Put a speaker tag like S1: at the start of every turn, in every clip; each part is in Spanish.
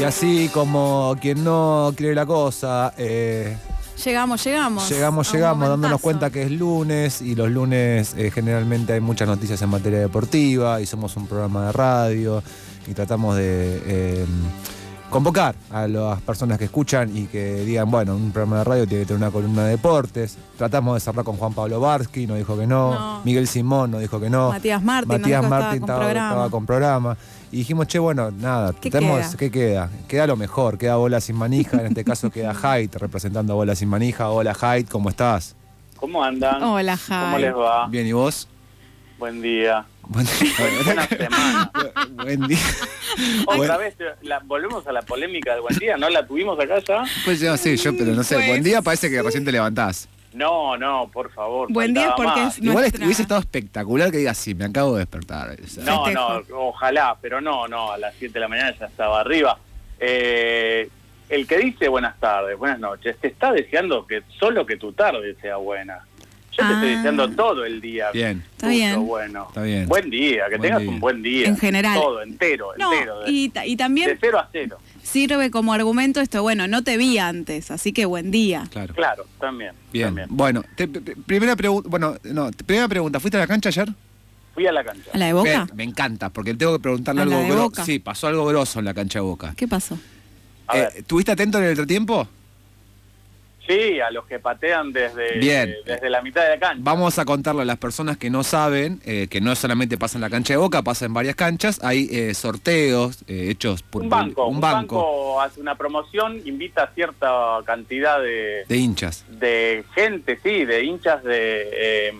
S1: Y así como quien no quiere la cosa, eh,
S2: Llegamos, llegamos.
S1: llegamos,
S2: A un
S1: llegamos, dándonos
S2: momentazo.
S1: cuenta que es lunes y los lunes eh, generalmente hay muchas noticias en materia deportiva y somos un programa de radio y tratamos de eh, convocar a las personas que escuchan y que digan, bueno, un programa de radio tiene que tener una columna de deportes. Tratamos de cerrar con Juan Pablo Barsky, nos dijo que no,
S2: No.
S1: Miguel Simón nos dijo que no.
S2: Matías Martín, nos
S1: Matías
S2: dijo que
S1: Martín estaba,
S2: estaba con programa.
S1: estaba con programa. Y dijimos, che, bueno, nada,
S2: ¿Qué
S1: tenemos,
S2: queda?
S1: ¿qué queda? Queda lo mejor, queda Bola Sin Manija, en este caso queda Haidt representando a Bola Sin Manija. Hola Haidt, ¿cómo estás?
S3: ¿Cómo andan?
S2: Hola,
S3: ¿Cómo
S2: Jai.
S3: les va?
S1: Bien, ¿y vos?
S3: Buen día.
S1: Buen
S3: Buena
S1: día.
S3: semana.
S1: Buen día.
S3: Otra
S1: Bueno.
S3: vez, eh, la- volvemos a la polémica de buen día, ¿no? ¿La tuvimos acá ya?
S1: Pues yo, sí, yo, pero no sé,
S2: Pues-
S1: buen día parece que recién te levantás.
S3: No, no, por favor.
S2: Buen día
S3: faltaba
S2: porque
S3: más.
S2: es
S1: Igual est-
S2: nuestra-
S1: hubiese estado espectacular que digas, sí, me acabo de despertar. O sea,
S3: No,
S2: Festejo.
S3: no, ojalá, pero no, no, a las 7 de la mañana ya estaba arriba. Eh, el que dice buenas tardes, buenas noches, te está deseando que solo que tu tarde sea buena. Yo te estoy
S2: Ah.
S3: deseando todo el día.
S1: Bien.
S2: Está
S3: justo,
S2: bien.
S3: Bueno.
S1: Está bien.
S3: Buen día, que
S1: Buen
S3: tengas
S1: día.
S3: un buen día.
S2: En general.
S3: Todo, entero,
S2: No,
S3: entero. De,
S2: y, ta- y también
S3: de cero a cero.
S2: sirve como argumento esto, bueno, no te vi antes, así que buen día.
S1: Claro.
S3: Claro, también.
S1: Bien.
S3: también.
S1: Bueno, te- te- primera pregunta, bueno, no, te- primera pregunta, ¿fuiste a la cancha ayer?
S3: Fui a la cancha.
S2: ¿A la de Boca?
S1: Me, me encanta, porque tengo que preguntarle
S2: A la
S1: algo
S2: de
S1: gro-
S2: Boca.
S1: Sí, pasó algo grosso en la cancha de Boca.
S2: ¿Qué pasó?
S3: A
S1: Eh,
S3: ver.
S1: ¿Estuviste atento en el entretiempo?
S3: Sí, a los que patean desde,
S1: Bien.
S3: desde la mitad de la cancha.
S1: Vamos a contarle a las personas que no saben, eh, que no solamente pasa en la cancha de Boca, pasa en varias canchas. Hay eh, sorteos eh, hechos por
S3: Un banco,
S1: un banco,
S3: hace una promoción, invita a cierta cantidad de,
S1: de hinchas.
S3: de gente, sí, de hinchas de eh,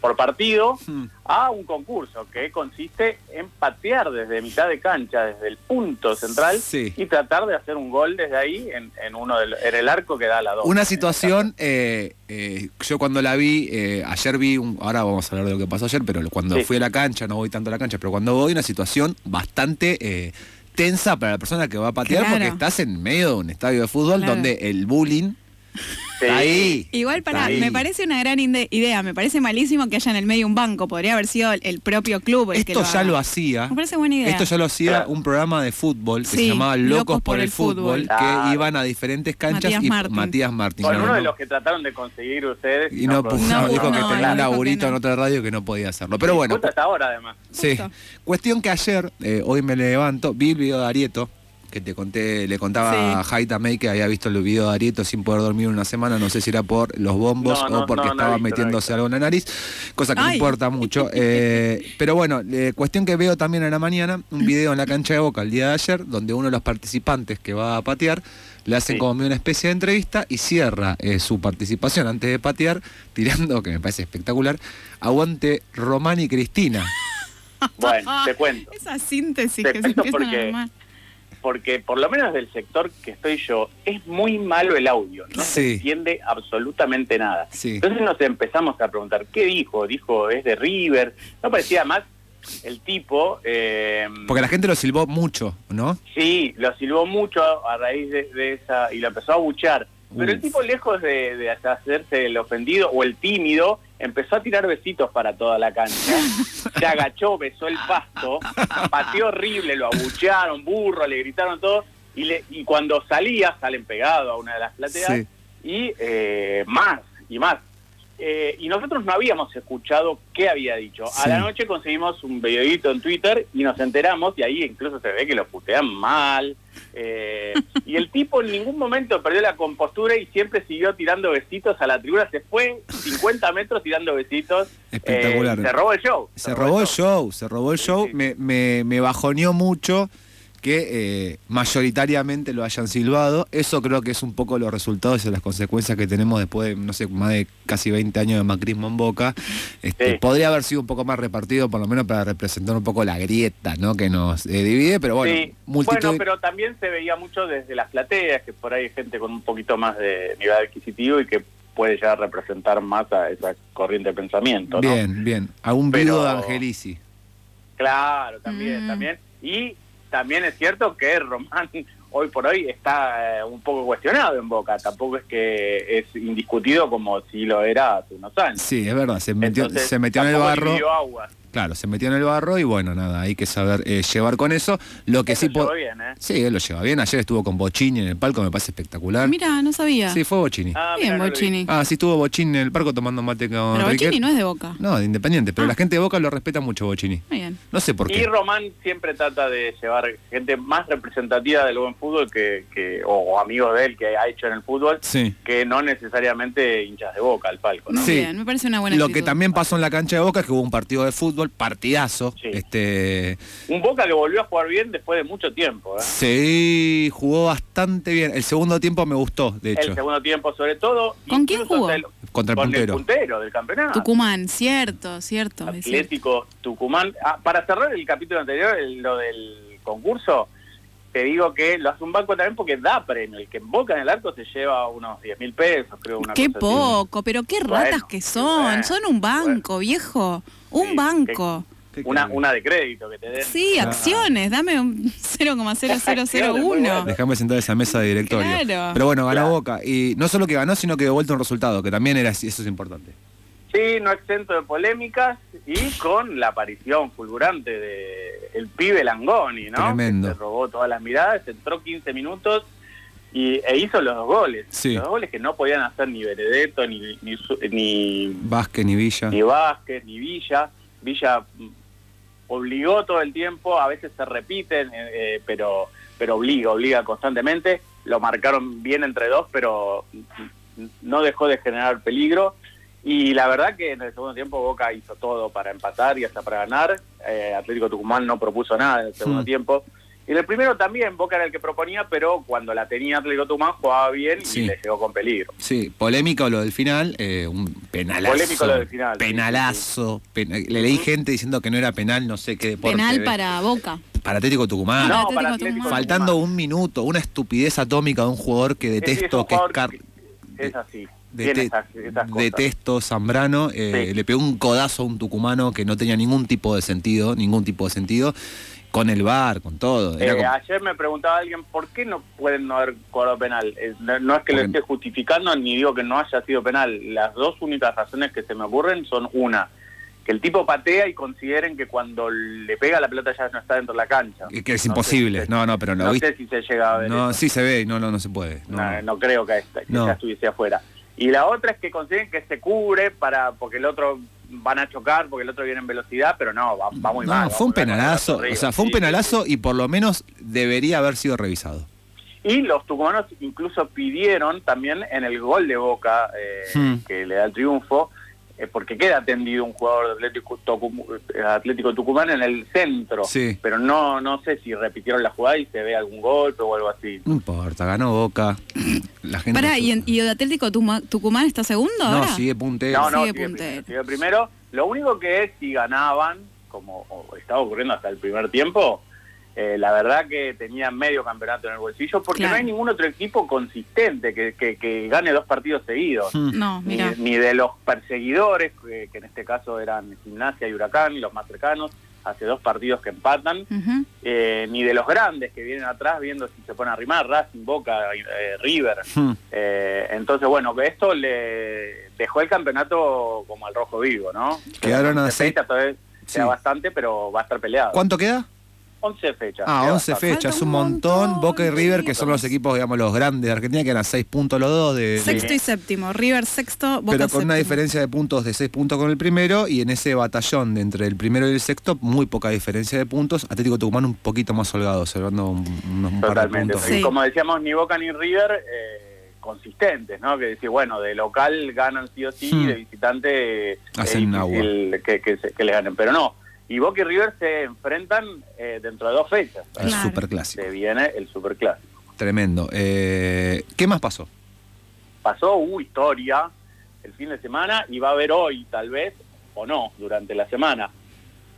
S3: por partido
S1: Hmm.
S3: a un concurso que consiste en patear desde mitad de cancha, desde el punto central
S1: Sí.
S3: y tratar de hacer un gol desde ahí en, en uno del, en el arco que da a la dos.
S1: Una situación, eh, eh, yo cuando la vi, eh, ayer vi, un- ahora vamos a hablar de lo que pasó ayer, pero cuando
S3: Sí.
S1: fui a la cancha, no voy tanto a la cancha, pero cuando voy, una situación bastante eh, tensa para la persona que va a patear,
S2: Claro.
S1: porque estás en medio de un estadio de fútbol
S2: Claro.
S1: donde el bullying
S3: Sí.
S1: está ahí.
S2: Igual para,
S1: Está ahí.
S2: me parece una gran inde- idea, me parece malísimo que haya en el medio un banco, podría haber sido el, el propio club el pues que
S1: Esto ya
S2: haga.
S1: lo hacía.
S2: Me parece buena idea.
S1: Esto ya lo hacía
S3: Claro.
S1: un programa de fútbol que se
S2: Sí,
S1: llamaba Locos, por el Fútbol, que
S3: Claro.
S1: iban a diferentes canchas
S2: Matías
S1: y
S2: Martín.
S1: Matías Martín.
S3: Bueno,
S1: claro,
S3: uno de
S1: ¿no?
S3: los que trataron de conseguir ustedes
S1: y no, pudo,
S2: No
S1: dijo que
S2: pudo, no,
S1: tenía
S2: dijo
S1: un
S2: que
S1: laburito
S2: no.
S1: en otra radio que no podía hacerlo. Pero bueno,
S3: Justo hasta ahora además.
S1: sí.
S2: Justo.
S1: Cuestión que ayer, eh, hoy me levanto, vi el video de Arieto, que te conté, le contaba
S2: Sí.
S1: a Jaita May que había visto el video de Arieto sin poder dormir una semana, no sé si era por los bombos
S3: No, no,
S1: o porque
S3: no, no
S1: estaba
S3: he visto, no he
S1: metiéndose
S3: visto.
S1: algo en la nariz, cosa que no
S2: Ay.
S1: importa mucho. Eh, pero bueno, eh, cuestión que veo también en la mañana, un video en la cancha de Boca el día de ayer, donde uno de los participantes que va a patear le hacen
S3: Sí.
S1: como medio una especie de entrevista y cierra eh, su participación antes de patear, tirando, que me parece espectacular, aguante Román y Cristina.
S3: Bueno, te cuento.
S2: Esa síntesis
S3: Te
S2: que se
S3: cuento
S2: empiezan a
S3: porque-
S2: armar.
S3: porque por lo menos del sector que estoy yo, es muy malo el audio, no
S1: Sí.
S3: se entiende absolutamente nada.
S1: Sí.
S3: Entonces nos empezamos a preguntar, ¿qué dijo? Dijo, es de River, no parecía más el tipo, eh,
S1: Porque la gente lo silbó mucho, ¿no?
S3: sí, lo silbó mucho a raíz de, de esa, y lo empezó a buchar, pero el
S1: Uf.
S3: tipo lejos de, de hacerse el ofendido o el tímido, empezó a tirar besitos para toda la cancha, se agachó, besó el pasto, pateó horrible, lo abuchearon, burro, le gritaron todo, y, le- y cuando salía, salen pegado a una de las plateas,
S1: Sí.
S3: y eh, más, y más. Eh, y nosotros no habíamos escuchado qué había dicho.
S1: Sí.
S3: A la noche conseguimos un videito en Twitter y nos enteramos, y ahí incluso se ve que lo putean mal. eh, y el tipo en ningún momento perdió la compostura y siempre siguió tirando besitos a la tribuna. Se fue 50 metros tirando besitos. eh,
S1: Espectacular.
S3: se robó el show.
S1: Se robó el show, se robó el
S3: Sí,
S1: show.
S3: sí.
S1: Me, me- me bajoneó mucho que eh, mayoritariamente lo hayan silbado. Eso creo que es un poco los resultados y las consecuencias que tenemos después de, no sé, más de casi 20 años de macrismo en boca. Este,
S3: Sí.
S1: Podría haber sido un poco más repartido, por lo menos para representar un poco la grieta ¿no? que nos eh, divide, pero bueno,
S3: Sí.
S1: multitud.
S3: Bueno, pero también se veía mucho desde las plateas, que por ahí hay gente con un poquito más de nivel adquisitivo y que puede ya representar más a esa corriente de pensamiento, ¿no?
S1: Bien, bien. A un
S3: Pero-
S1: viudo de Angelici.
S3: Claro, también,
S2: Mm.
S3: también. Y también es cierto que Román hoy por hoy está eh, un poco cuestionado en Boca. Tampoco es que es indiscutido como si lo era hace unos años.
S1: Sí, es verdad, se metió,
S3: Entonces,
S1: se metió en el
S3: tampoco
S1: barro.
S3: dividió aguas.
S1: Claro, se metió en el barro y bueno, nada, hay que saber eh, llevar con eso. Lo que
S3: Eso
S1: sí po-
S3: llevó bien, ¿eh?
S1: Sí, él lo lleva bien. Ayer estuvo con Bochini en el palco, me parece espectacular.
S2: Mira, no sabía.
S1: Sí, fue Bochini.
S3: Ah, mirá,
S2: Bien,
S3: no lo vi.
S2: Bochini.
S1: Ah, sí, estuvo Bochini en el palco tomando mate con
S2: Pero
S1: Riquet.
S2: Bochini no es de Boca.
S1: No, de Independiente, pero
S2: Ah.
S1: la gente de Boca lo respeta mucho Bochini.
S2: Muy bien.
S1: No sé por
S3: Y
S1: qué.
S3: Román siempre trata de llevar gente más representativa del buen fútbol que, que o amigos de él que ha hecho en el fútbol,
S1: Sí.
S3: que no necesariamente hinchas de boca al palco, ¿no?
S1: Sí.
S2: Bien, me parece una buena
S1: Lo
S2: actitud.
S1: que también pasó en la cancha de Boca es que hubo un partido de fútbol, partidazo.
S3: Sí.
S1: Este,
S3: Un Boca que volvió a jugar bien después de mucho tiempo, ¿eh?
S1: sí, jugó bastante bien. El segundo tiempo me gustó, de
S3: El
S1: hecho,
S3: segundo tiempo sobre todo.
S2: ¿Con quién
S3: incluso
S2: jugó?
S3: hasta el-
S1: contra el
S3: con
S1: puntero.
S3: el puntero del campeonato.
S2: Tucumán, cierto, cierto. es cierto.
S3: Atlético Tucumán. Ah, para cerrar el capítulo anterior, el- lo del concurso, te digo que lo hace un banco también porque da premio. El que emboca en el arco se lleva unos 10 mil pesos, creo. Una
S2: Qué
S3: cosa así.
S2: poco, pero qué ratas
S3: Bueno,
S2: que son.
S3: bueno,
S2: son un banco, viejo. Un
S3: Sí,
S2: banco.
S1: Qué
S3: Una,
S1: cabrón.
S3: una de crédito que te den.
S2: Sí,
S1: Ah.
S2: acciones. Dame un 0,0001.
S3: Acciones,
S1: Déjame sentar esa mesa de directorio.
S2: Claro.
S1: Pero bueno, ganó
S3: Claro.
S1: Boca. Y no solo que ganó, sino que de vuelta un resultado, que también era así, eso es importante.
S3: Sí, no exento de polémicas y con la aparición fulgurante de el pibe Langoni, ¿no?
S1: Tremendo.
S3: Que se robó todas las miradas, entró 15 minutos y, e hizo los dos goles.
S1: Sí.
S3: Los dos goles que no podían hacer ni Benedetto, ni, ni, Su- ni,
S1: Vázquez ni Villa.
S3: ni Vázquez, ni Villa. Villa mm, obligó todo el tiempo, a veces se repiten, eh, eh, pero, pero obliga, obliga constantemente. Lo marcaron bien entre dos, pero mm, no dejó de generar peligro. Y la verdad que en el segundo tiempo Boca hizo todo para empatar y hasta para ganar. Eh, Atlético Tucumán no propuso nada en el segundo
S1: Mm.
S3: tiempo. Y en el primero también Boca era el que proponía, pero cuando la tenía Atlético Tucumán jugaba bien
S1: Sí.
S3: y le llegó con peligro.
S1: Sí, polémico lo del final, eh, un penalazo.
S3: Polémico lo del final, sí,
S1: Penalazo. pena- le leí gente diciendo que no era penal, no sé qué deporte.
S2: Penal
S1: ¿ves?
S2: para Boca.
S1: Para Atlético Tucumán.
S2: No, Atlético
S3: para Atlético
S2: Tucumán.
S1: Ah. Faltando un minuto, una estupidez atómica de un jugador que
S3: Sí, sí, es
S1: detesto,
S3: un
S1: que es
S3: jugador
S1: Car-
S3: que es así.
S1: dete-
S3: tiene esas, esas cosas.
S1: detesto Zambrano, eh,
S3: Sí.
S1: le pegó un codazo a un tucumano que no tenía ningún tipo de sentido, ningún tipo de sentido, con el bar, con todo. Era
S3: Eh,
S1: como-
S3: ayer me preguntaba alguien por qué no pueden no haber cobrado penal. Eh, no, no es que lo
S1: Porque-
S3: esté justificando ni digo que no haya sido penal. Las dos únicas razones que se me ocurren son una, que el tipo patea y consideren que cuando le pega la pelota ya no está dentro de la cancha.
S1: que, que es
S3: no sé
S1: imposible.
S3: si se-
S1: no, no, pero lo
S3: no
S1: viste.
S3: sé si se llega a ver.
S1: no,
S3: eso.
S1: sí se ve y no, no, no se puede. No,
S3: No, eh, no creo que, esta- que
S1: No.
S3: ella estuviese afuera. Y la otra es que consiguen que se cubre para porque el otro van a chocar, porque el otro viene en velocidad, pero no, va, va muy
S1: No,
S3: mal. va
S1: fue un
S3: muy mal con el
S1: penalazo.
S3: brazo
S1: O
S3: arriba.
S1: sea, fue un
S3: Sí, sí,
S1: penalazo y por lo menos debería haber sido revisado.
S3: Y los tucumanos incluso pidieron también en el gol de Boca, eh,
S1: Hmm.
S3: que le da el triunfo, eh, porque queda atendido un jugador de Atlético, Tucum- eh, Atlético Tucumán en el centro.
S1: Sí.
S3: Pero no no sé si repitieron la jugada y se ve algún golpe o algo así.
S1: No importa, ganó Boca. La gente.
S2: Pará, ¿y, en- y el Atlético Tuma- Tucumán está segundo
S1: No,
S2: ahora?
S1: sigue puntero.
S3: No, no,
S2: Sigue
S3: sigue
S2: puntero.
S3: primero, sigue primero. Lo único que es si ganaban, como o estaba ocurriendo hasta el primer tiempo, eh, la verdad que tenían medio campeonato en el bolsillo, porque
S2: Claro.
S3: no hay ningún otro equipo consistente que, que- que gane dos partidos seguidos.
S1: Hmm.
S2: No,
S3: Ni,
S2: mira.
S3: ni de los perseguidores, que, que en este caso eran Gimnasia y Huracán, los más cercanos, hace dos partidos que empatan,
S2: Ujú.
S3: eh, ni de los grandes que vienen atrás viendo si se pone a rimar, Racing, Boca, eh, River.
S1: Hmm.
S3: Eh, entonces, bueno, que esto le dejó el campeonato como al rojo vivo, ¿no?
S1: Quedaron a
S3: 11
S1: seis-
S3: fechas, todavía
S1: Sí.
S3: queda bastante, pero va a estar peleado.
S1: ¿Cuánto queda?
S3: 11 fechas.
S1: Ah,
S3: queda
S1: 11
S3: bastante.
S1: fechas,
S2: Falta
S1: un
S2: un
S1: montón.
S2: montón,
S1: Boca y River, que son los
S2: chicos.
S1: equipos, digamos, los grandes de Argentina, que eran 6 puntos los dos. De,
S2: Sexto y séptimo. River sexto, Boca
S1: pero con una
S2: séptimo.
S1: diferencia de puntos de 6 puntos con el primero y en ese batallón de entre el primero y el sexto, muy poca diferencia de puntos. Atlético Tucumán un poquito más holgado, observando un, unos- un par de
S3: Totalmente.
S1: puntos.
S2: Sí.
S3: Como decíamos, ni Boca ni River eh, consistentes, ¿no? Que decir, bueno, de local ganan sí o sí,
S1: Hmm.
S3: y de visitante eh,
S1: Hacen
S3: es difícil que, que, se- que le ganen, pero no. Y Boca y River se enfrentan eh, dentro de dos fechas.
S1: El
S2: Claro.
S1: Ah, superclásico.
S3: Se viene el superclásico.
S1: Tremendo. Eh, ¿Qué más pasó?
S3: pasó, hubo historia el fin de semana y va a haber hoy tal vez, o no, durante la semana.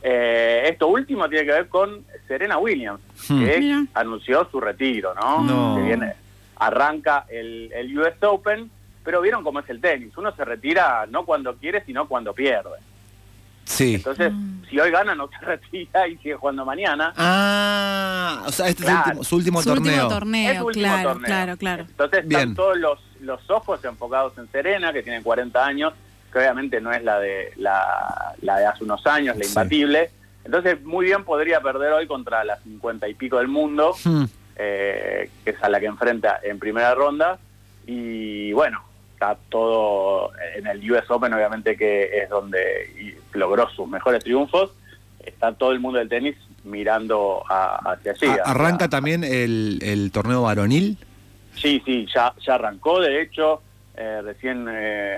S3: Eh, esto último tiene que ver con Serena Williams,
S1: Hmm.
S3: que
S2: Mira.
S3: anunció su retiro, ¿no?
S1: No.
S3: Que viene- arranca el, el US Open, pero vieron cómo es el tenis, uno se retira no cuando quiere, sino cuando pierde.
S1: Sí.
S3: Entonces, si hoy gana, no se retira y sigue jugando mañana.
S1: Ah, o sea, este
S3: Claro.
S1: es el último- su último
S2: Su
S1: torneo.
S2: último
S3: Es
S2: torneo,
S3: su último
S2: claro,
S3: torneo.
S2: claro, claro.
S3: Entonces
S1: Bien.
S3: están todos los, los ojos enfocados en Serena, que tiene 40 años, que obviamente no es la de la, la de hace unos años, la
S1: Sí.
S3: imbatible. Entonces muy bien podría perder hoy contra la 50 y pico del mundo,
S1: Hmm.
S3: eh, que es a la que enfrenta en primera ronda. Y bueno, está todo en el US Open, obviamente que es donde y- logró sus mejores triunfos. Está todo el mundo del tenis mirando a- hacia allí.
S1: A- arranca
S3: hacia-
S1: también el, el torneo varonil.
S3: Sí, sí, ya, ya arrancó, de hecho, eh, recién eh,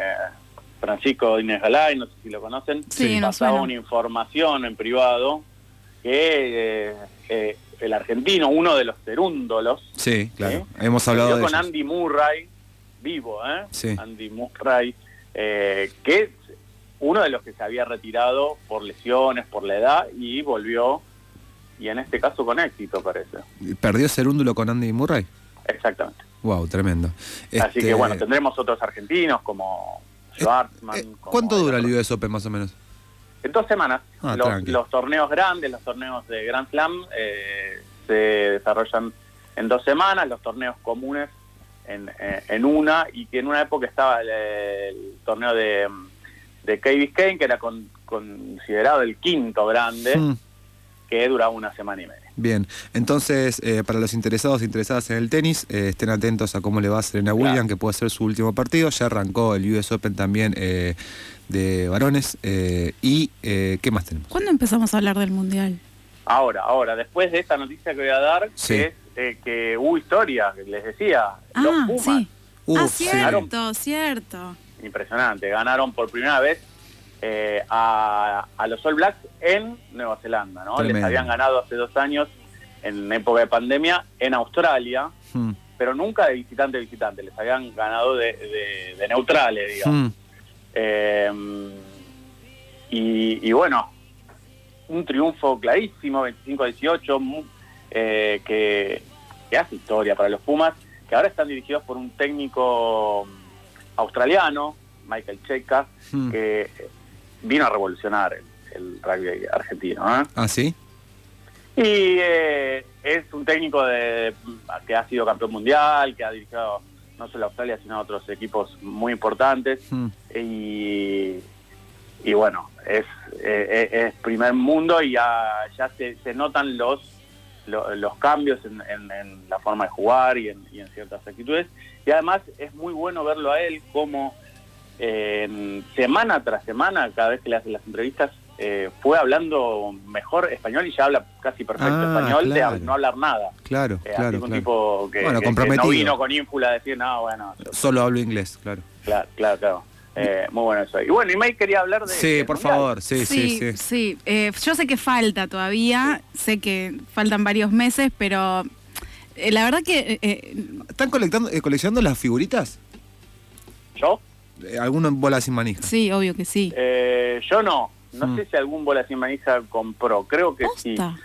S3: Francisco Inés Galay, no sé si lo conocen,
S2: Sí, nos
S3: pasaba
S2: suena.
S3: una información en privado que eh, eh, el argentino, uno de los cerúndolos,
S1: Sí, claro.
S3: Sí.
S1: Hemos
S3: se
S1: hablado
S3: dio
S1: de
S3: con
S1: ellos.
S3: Andy Murray, vivo, ¿eh?
S1: Sí.
S3: Andy Murray, eh, que es uno de los que se había retirado por lesiones, por la edad, y volvió, y en este caso con éxito, parece.
S1: Perdió Cerúndulo con Andy Murray.
S3: Exactamente.
S1: Wow, tremendo.
S3: Así
S1: Este,
S3: que bueno, tendremos otros argentinos como Schwartzman.
S1: eh,
S3: como-
S1: ¿Cuánto dura el US Open más o menos?
S3: En dos semanas.
S1: Ah,
S3: los,
S1: tranqui.
S3: los torneos grandes, los torneos de Grand Slam eh, se desarrollan en dos semanas, los torneos comunes en, eh, en una, y que en una época estaba el, el torneo de, de Kay Biscayne, que era con- considerado el quinto grande,
S1: Hmm.
S3: que duraba una semana y media.
S1: Bien, entonces eh, para los interesados e interesadas en el tenis, eh, estén atentos a cómo le va a Serena
S3: Claro.
S1: Williams, que puede ser su último partido. Ya arrancó el US Open también eh, de varones. eh, ¿Y eh, qué más tenemos?
S2: ¿Cuándo empezamos a hablar del mundial?
S3: Ahora, ahora, después de esta noticia que voy a dar,
S1: Sí.
S3: que es eh, que hubo historia, les decía, los
S2: Ah,
S3: Pumas.
S2: sí. ah,
S1: Uf, sí.
S2: cierto, cierto.
S3: Impresionante. Ganaron por primera vez eh, a, a los All Blacks en Nueva Zelanda, ¿no? Les
S1: Tremendo.
S3: habían ganado hace dos años en época de pandemia en Australia,
S1: Hmm,
S3: pero nunca de visitante a visitante. Les habían ganado de, de- de neutrales, digamos.
S1: hmm.
S3: Eh, y, y bueno, un triunfo clarísimo, 25 a 18, mu- eh, que, que hace historia para los Pumas, que ahora están dirigidos por un técnico mm, australiano, Michael Checa,
S1: Hmm.
S3: que eh, vino a revolucionar el, el rugby argentino. ¿eh?
S1: ¿Ah, sí?
S3: Y eh, es un técnico de, que ha sido campeón mundial, que ha dirigido no solo a Australia, sino a otros equipos muy importantes
S1: Hmm.
S3: y, y bueno, es, eh, eh, es primer mundo y ya, ya se, se notan los, lo- los, cambios en, en- en la forma de jugar y en, y en ciertas actitudes. Y además es muy bueno verlo a él como eh, en- semana tras semana, cada vez que le hacen las entrevistas, eh, fue hablando mejor español y ya habla casi perfecto
S1: Ah,
S3: español
S1: claro.
S3: de no hablar nada.
S1: Claro,
S3: Eh, así
S1: claro,
S3: que un
S1: claro.
S3: tipo que,
S1: Bueno,
S3: que- que no
S1: comprometido.
S3: vino con ínfula a decir, no, bueno, yo
S1: Solo hablo inglés, claro.
S3: Claro, claro, claro. Eh, muy bueno eso. Y bueno, y May quería hablar de...
S1: Sí,
S3: del
S1: por
S3: Mundial.
S1: favor, sí, sí, sí.
S2: sí. Eh, yo sé que falta todavía, sé que faltan varios meses, pero eh, la verdad que eh,
S1: ¿Están colectando, eh, coleccionando las figuritas?
S3: ¿Yo?
S1: Eh, algunos bolas sin manija.
S2: sí, obvio que sí.
S3: Eh, yo no. No
S1: Mm.
S3: sé si algún bola sin manija compró. Creo que sí.
S2: Posta.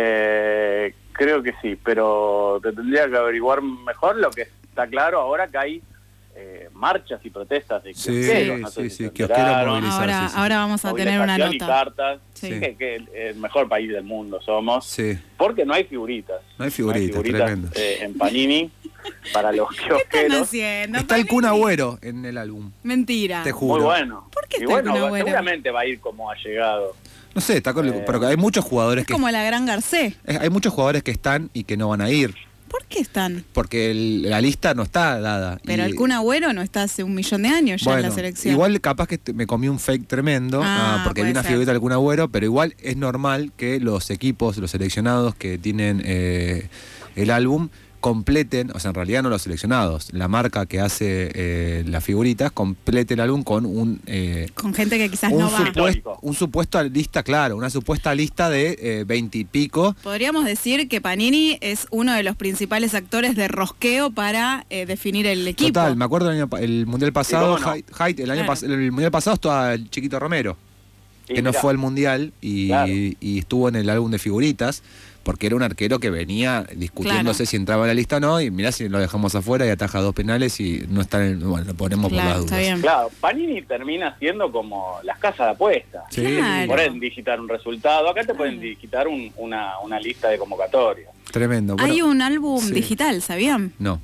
S3: Eh, creo que sí, pero te tendría que averiguar mejor lo que está claro ahora que hay eh, marchas y protestas de
S1: Sí,
S3: kiosqueros, no
S1: sí,
S3: sé
S1: sí,
S3: si se
S1: kiosqueros
S3: enteraron,
S1: movilizados. Movilizar,
S2: Ahora,
S1: sí, sí.
S2: ahora Ah, vamos a tener una
S3: movilización y
S2: nota.
S3: cartas,
S2: Sí.
S3: que, que el- el mejor país del mundo somos,
S1: Sí.
S3: porque no hay figuritas.
S1: No hay figuritas, tremendo.
S3: eh, en Panini para los
S2: ¿Qué están
S3: kiosqueros.
S2: haciendo?
S1: Está el
S2: Para mí-
S1: Kun Agüero Este en el álbum,
S2: Mentira.
S1: te juro.
S3: Muy bueno.
S2: ¿Por qué
S3: y
S2: está
S3: bueno,
S2: con
S3: va-
S2: Agüero?
S3: seguramente va a ir como ha llegado.
S1: No sé, está con-
S3: Eh,
S1: pero hay muchos jugadores
S2: Es
S1: que
S2: como la gran Garcé.
S1: Eh, Hay muchos jugadores que están y que no van a ir,
S2: ¿Por qué están?
S1: porque el- la lista no está dada.
S2: Pero
S1: Y,
S2: el Kun Agüero no está hace un millón de años ya en
S1: bueno,
S2: la selección.
S1: Igual capaz que te- me comí un fake tremendo,
S2: Ah,
S1: ah, porque vi
S2: puede
S1: una
S2: ser.
S1: figurita del Kun Agüero, pero igual es normal que los equipos, los seleccionados que tienen eh, el álbum completen, o sea, en realidad no los seleccionados, la marca que hace eh, las figuritas complete el álbum con un... eh,
S2: Con gente que quizás
S1: un,
S2: no va.
S1: supuesto,
S3: Histórico.
S1: un supuesto lista, claro, una supuesta lista de eh, veintipico
S2: Podríamos decir que Panini es uno de los principales actores de rosqueo para eh, definir el equipo.
S1: Total, me acuerdo el, año pa- el mundial pasado,
S3: cómo no?
S1: Hyde- Hyde, el, año
S2: Claro.
S1: pas- el mundial pasado estaba el chiquito Romero.
S3: Y
S1: que no
S3: mirá.
S1: fue al Mundial y,
S3: Claro.
S1: y estuvo en el álbum de figuritas, porque era un arquero que venía discutiéndose
S2: Claro.
S1: si entraba en la lista o no, y mirá si lo dejamos afuera y ataja dos penales y no está en el- Bueno, lo ponemos por las
S2: Claro,
S1: dudas.
S2: está bien.
S3: Claro, Panini termina siendo como las casas de apuestas.
S1: Sí.
S2: Claro.
S3: Pueden digitar un resultado, acá te pueden digitar un- una, una lista de convocatorias.
S1: Tremendo. Bueno,
S2: Hay un álbum
S1: sí.
S2: digital, ¿sabían?
S1: No.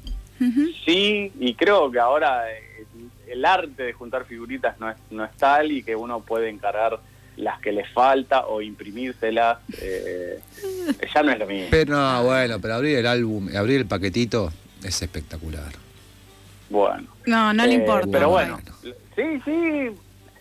S3: Sí, y creo que ahora eh, el arte de juntar figuritas no es, no es tal y que uno puede encargar las que le falta o imprimírselas. eh, ya no es lo mismo.
S1: Pero no, bueno, pero abrir el álbum, abrir el paquetito es espectacular.
S3: Bueno.
S2: No, no le
S3: Eh,
S2: importa.
S3: Pero
S1: bueno.
S3: bueno, sí, sí.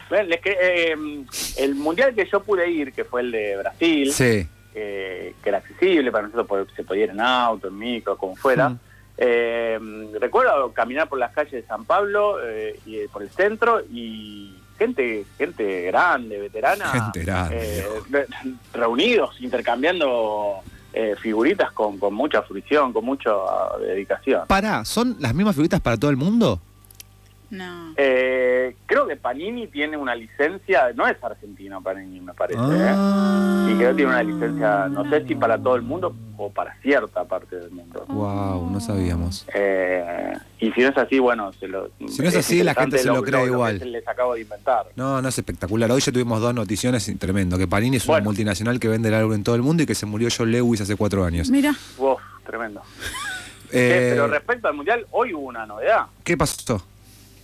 S3: Bueno, les que- eh, el mundial que yo pude ir, que fue el de Brasil,
S1: Sí.
S3: eh, que era accesible para nosotros, porque se podía ir en auto, en micro, como fuera.
S1: Mm.
S3: Eh, recuerdo caminar por las calles de San Pablo eh, y eh, por el centro y gente gente grande, veterana,
S1: Gente grande,
S3: eh, re- reunidos, intercambiando eh, figuritas con, con mucha fruición, con mucha dedicación.
S1: Pará, ¿son las mismas figuritas para todo el mundo?
S2: No.
S3: Eh, creo que Panini tiene una licencia, no es argentino Panini me parece,
S1: Ah.
S3: ¿eh? y creo que tiene una licencia, no sé si para todo el mundo o para cierta parte del mundo.
S1: Wow, no sabíamos.
S3: Eh, y si no es así, bueno, se lo,
S1: Si no es así, la gente
S3: interesante
S1: se lo cree
S3: que
S1: igual.
S3: se les acabo de inventar.
S1: No, no es espectacular. Hoy ya tuvimos dos noticiones y tremendo. Que Panini es una
S3: Bueno.
S1: multinacional que vende el álbum en todo el mundo y que se murió John Lewis hace cuatro años.
S2: Mira,
S3: Uf, tremendo.
S1: Eh,
S3: Eh, pero respecto al Mundial, hoy hubo una novedad.
S1: ¿Qué pasó?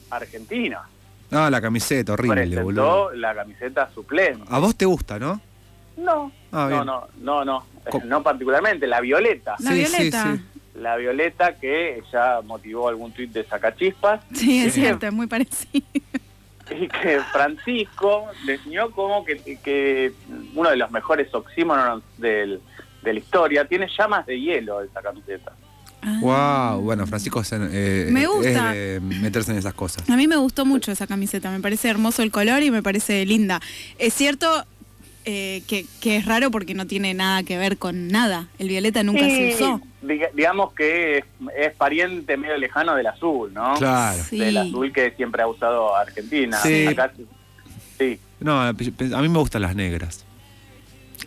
S3: Argentina
S1: Ah, la camiseta, horrible,
S3: presentó
S1: boludo.
S3: la camiseta suplente.
S1: A vos te gusta, ¿no?
S3: No,
S1: Ah, bien.
S3: no, no, no, no,
S1: Co-
S3: no particularmente, la violeta.
S2: la
S1: Sí,
S2: violeta.
S1: sí,
S2: Sí,
S3: La Violeta que ya motivó algún tuit de Sacachispas
S2: es cierto, es muy parecido.
S3: y que Francisco definió como que, que uno de los mejores oxímonos del, de la historia tiene llamas de hielo esa camiseta.
S2: Ah.
S1: Wow, bueno, Francisco es, eh,
S2: Me
S1: es
S2: gusta.
S1: de meterse en esas cosas.
S2: A mí me gustó mucho esa camiseta, me parece hermoso el color y me parece linda. Es cierto eh, que, que es raro porque no tiene nada que ver con nada. El violeta nunca se
S3: Sí,
S2: usó.
S3: diga- digamos que es, es pariente medio lejano del azul, ¿no?
S1: Claro.
S2: Sí.
S3: Del azul que siempre ha usado Argentina.
S1: Sí.
S3: Acá- sí.
S1: No, a mí me gustan las negras.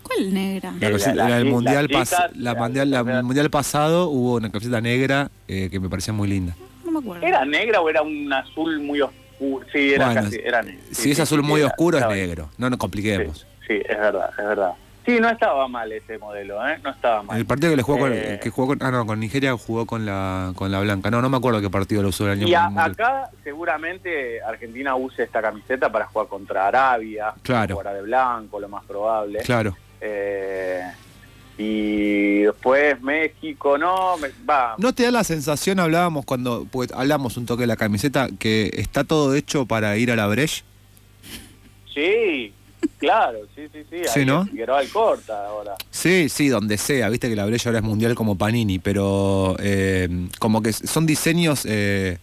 S2: ¿Cuál negra?
S1: La
S3: La-
S1: camiseta-
S3: la-
S1: la del
S3: las
S1: mundial,
S3: chicas,
S1: pas- la
S3: la-
S1: mundial, la
S3: la-
S1: mundial pasado hubo una camiseta negra eh, que me parecía muy linda.
S2: No me acuerdo.
S3: ¿Era negra o era un azul muy oscuro? Sí, era
S1: Bueno,
S3: casi, era negro. Sí,
S1: si es
S3: sí,
S1: azul
S3: sí,
S1: muy
S3: era-
S1: oscuro es
S3: estaba-
S1: negro. No nos compliquemos.
S3: Sí, es verdad, es verdad. Sí, no estaba mal ese modelo, ¿eh? No estaba mal.
S1: El partido que le jugó con,
S3: Eh,
S1: que jugó con, ah no, con Nigeria jugó con la con la blanca. No, no me acuerdo qué partido lo usó el año.
S3: y a-
S1: mundial.
S3: acá seguramente Argentina use esta camiseta para jugar contra Arabia,
S1: Claro.
S3: jugará de blanco, lo más probable.
S1: Claro.
S3: Eh, y después México, no, me- va.
S1: ¿No te da la sensación, hablábamos cuando porque hablamos un toque de la camiseta, que está todo hecho para ir a la Breche?
S3: Sí, claro, sí, sí, sí.
S1: Sí,
S3: ahí
S1: ¿no?
S3: es Figueroa corta ahora.
S1: Sí, sí, donde sea. Viste que la Breche ahora es mundial como Panini, pero eh, como que son diseños eh,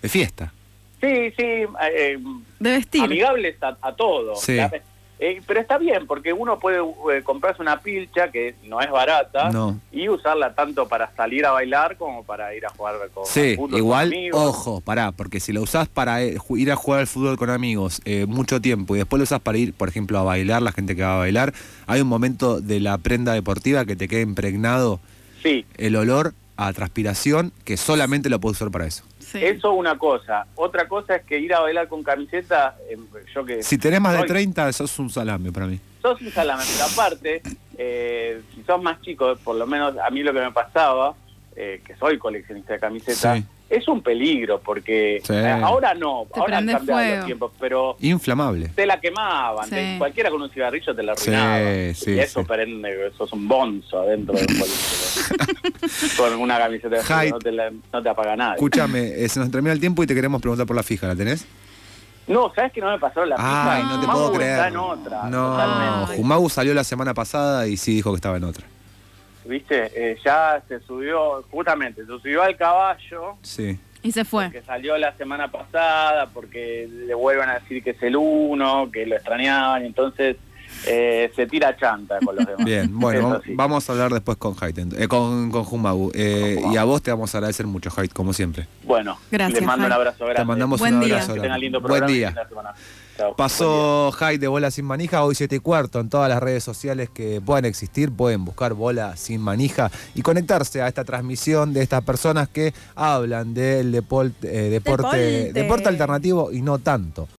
S1: de fiesta.
S3: Sí, sí, eh, eh,
S2: De vestir.
S3: amigables a, a todos.
S1: Sí.
S3: La- eh, pero está bien, porque uno puede eh, comprarse una pilcha que no es barata
S1: No.
S3: y usarla tanto para salir a bailar como para ir a jugar con
S1: Sí,
S3: al fútbol con
S1: igual,
S3: amigos.
S1: ojo, pará, porque si lo usás para eh, ju- ir a jugar al fútbol con amigos eh, mucho tiempo y después lo usás para ir, por ejemplo, a bailar, la gente que va a bailar, hay un momento de la prenda deportiva que te queda impregnado
S3: Sí,
S1: el olor a transpiración que solamente lo puedes usar para eso.
S2: Sí.
S3: eso una cosa. Otra cosa es que ir a bailar con camiseta, eh, yo que...
S1: Si tenés más de
S3: soy-
S1: 30, sos un salame para mí.
S3: sos un salame, pero aparte, eh, si sos más chico, por lo menos a mí lo que me pasaba, eh, que soy coleccionista de camisetas,
S1: Sí.
S3: es un peligro, porque
S1: Sí.
S3: eh, ahora no,
S2: Te
S3: ahora han
S2: prende
S3: cambiado
S2: fuego.
S3: los tiempos, pero
S1: Inflamable.
S3: te la quemaban,
S2: Sí.
S3: te- cualquiera con un cigarrillo te la
S1: Sí,
S3: arruinaba.
S1: sí,
S3: y eso
S1: sí.
S3: prende, sos un bonzo adentro de un bolsillo. con una camiseta de fútbol,
S1: Hyde.
S3: no te, la- no te apaga nada.
S1: Escúchame, eh, se nos termina el tiempo y te queremos preguntar por la fija, ¿la tenés?
S3: No, ¿sabes que no me pasó la
S1: Ay,
S3: fija?
S1: no te
S3: Magu
S1: puedo
S3: Ah, Está
S1: creer.
S3: en otra,
S1: no,
S3: totalmente.
S1: Jumagu salió la semana pasada y sí dijo que estaba en otra.
S3: ¿Viste? Eh, ya se subió, justamente, se subió al caballo
S1: Sí.
S2: Y se fue.
S3: que salió la semana pasada porque le vuelven a decir que es el uno, que lo extrañaban, y entonces eh, se tira a chanta con los demás.
S1: Bien, bueno,
S3: Eso
S1: vam-
S3: sí.
S1: vamos a hablar después con Haidt, ent- eh, con, con Jumagu. eh,
S3: Con Jumagu.
S1: y a vos te vamos a agradecer mucho, Haidt, como siempre.
S3: Bueno,
S2: Gracias,
S3: les mando un
S2: Juan.
S3: abrazo grande.
S1: Te mandamos
S2: Buen
S1: un
S2: día.
S1: abrazo.
S3: Que
S1: grande.
S3: tengan lindo
S1: Buen
S3: programa y
S1: día.
S3: linda semana. Chau.
S1: Pasó Hyde de Bola Sin Manija, hoy 7 y cuarto, en todas las redes sociales que puedan existir, pueden buscar Bola Sin Manija y conectarse a esta transmisión de estas personas que hablan del depol- eh, deporte,
S2: Deporte.
S1: deporte alternativo y no tanto.